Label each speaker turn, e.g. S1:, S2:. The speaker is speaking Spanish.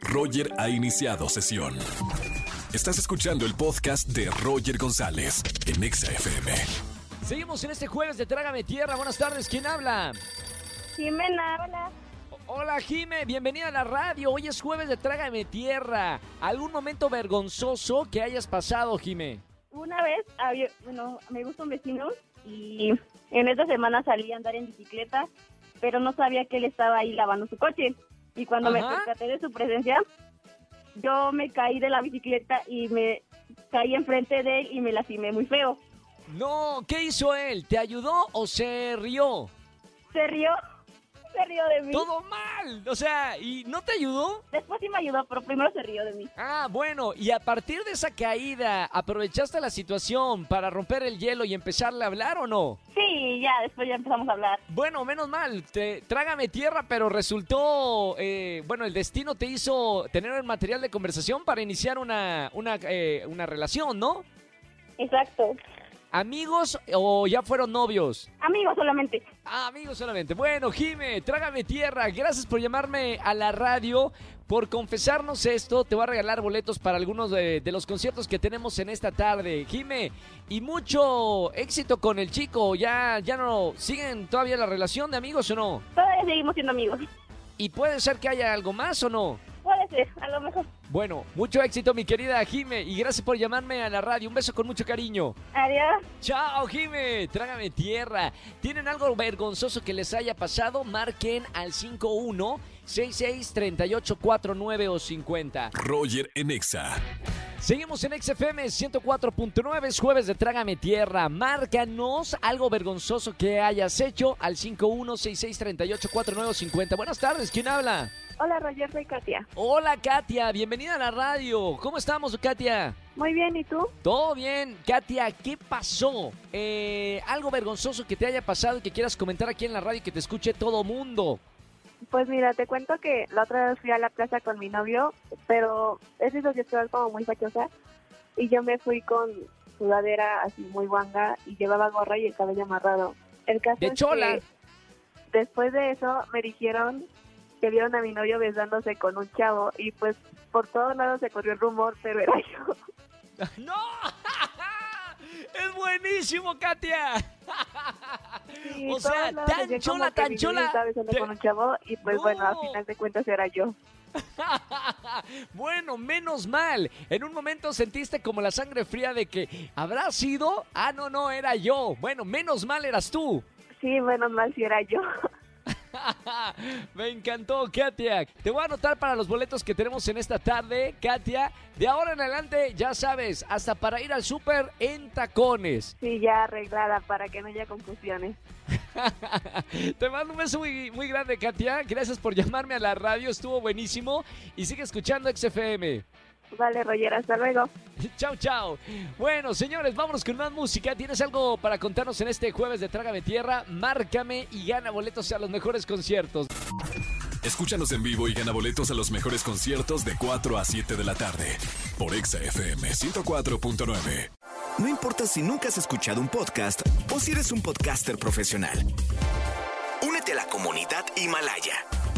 S1: Roger ha iniciado sesión. Estás escuchando el podcast de Roger González en Exa FM.
S2: Seguimos en este jueves de Trágame Tierra. Buenas tardes, ¿quién habla?
S3: Jimena, hola.
S2: Hola Jime, bienvenida a la radio. Hoy es jueves de Trágame Tierra. ¿Algún momento vergonzoso que hayas pasado, Jime?
S3: Una vez, había, bueno, me gustan vecinos y en esta semana salí a andar en bicicleta, pero no sabía que él estaba ahí lavando su coche. Y cuando me
S2: Ajá.
S3: percaté de su presencia, yo me caí de la bicicleta y me caí enfrente de él y me lastimé muy feo.
S2: No, ¿qué hizo él? ¿Te ayudó o se rió?
S3: Se rió, se rió de mí.
S2: Todo mal. O sea, ¿y no te ayudó?
S3: Después sí me ayudó, pero primero se rió de mí.
S2: Ah, bueno, y a partir de esa caída, ¿aprovechaste la situación para romper el hielo y empezarle a hablar o no?
S3: Sí, ya, después ya empezamos a hablar.
S2: Bueno, menos mal, te, trágame tierra, pero resultó, eh, bueno, el destino te hizo tener el material de conversación para iniciar una, una, eh, una relación, ¿no?
S3: Exacto.
S2: ¿Amigos o ya fueron novios?
S3: Amigos solamente.
S2: Ah, amigos solamente. Bueno, Jime, trágame tierra. Gracias por llamarme a la radio. Por confesarnos esto, te voy a regalar boletos para algunos de, de los conciertos que tenemos en esta tarde. Jime, y mucho éxito con el chico. ¿Ya, ya no siguen todavía la relación de amigos o no?
S3: Todavía seguimos siendo amigos.
S2: ¿Y puede ser que haya algo más o no?
S3: Puede ser, a lo mejor.
S2: Bueno, mucho éxito, mi querida Jime, y gracias por llamarme a la radio. Un beso con mucho cariño.
S3: Adiós.
S2: Chao, Jime, trágame tierra. ¿Tienen algo vergonzoso que les haya pasado? Marquen al 51 66 38 49 o 50.
S1: Roger en Exa.
S2: Seguimos en XFM 104.9, es jueves de Trágame Tierra. Márcanos algo vergonzoso que hayas hecho al 51 66 38 49 o 50. Buenas tardes, ¿quién habla?
S3: Hola, Roger, soy Katia.
S2: Hola Katia, bienvenida a la radio. ¿Cómo estamos Katia?
S3: Muy bien, ¿y tú?
S2: Todo bien. Katia, ¿qué pasó? Eh, algo vergonzoso que te haya pasado y que quieras comentar aquí en la radio y que te escuche todo mundo.
S3: Pues mira, te cuento que la otra vez fui a la plaza con mi novio, pero es eso que estoy como muy fachosa. Y yo me fui con sudadera así muy guanga y llevaba gorra y el cabello amarrado. El caso
S2: De
S3: es
S2: chola.
S3: que después de eso me dijeron que vieron a mi novio besándose con un chavo y pues por todos lados se corrió el rumor, pero era yo.
S2: ¡No! ¡Es buenísimo, Katia!
S3: Y
S2: O
S3: todos
S2: sea,
S3: lados
S2: tan
S3: decían como
S2: chola,
S3: que
S2: tan
S3: mi novio
S2: chola.
S3: estaba besando
S2: Te-
S3: con un chavo y pues bueno, al
S2: No.
S3: final de cuentas era yo.
S2: bueno, menos mal. En un momento sentiste como la sangre fría de que habrá sido. Ah, no, no, era yo. Bueno, menos mal eras tú.
S3: Sí, bueno, más si era yo.
S2: Me encantó, Katia. Te voy a anotar para los boletos que tenemos en esta tarde, Katia. De ahora en adelante, ya sabes, hasta para ir al súper en tacones.
S3: Sí, ya arreglada para que no haya confusiones.
S2: Te mando un beso muy, muy grande, Katia. Gracias por llamarme a la radio, estuvo buenísimo. Y sigue escuchando XFM.
S3: Vale, Roger, hasta luego.
S2: Chao, chao. Bueno, señores, vámonos con más música. ¿Tienes algo para contarnos en este jueves de Trágame Tierra? Márcame y gana boletos a los mejores conciertos.
S1: Escúchanos en vivo y gana boletos a los mejores conciertos de 4 a 7 de la tarde por Exa FM 104.9.
S4: No importa si nunca has escuchado un podcast o si eres un podcaster profesional. Únete a la comunidad Himalaya.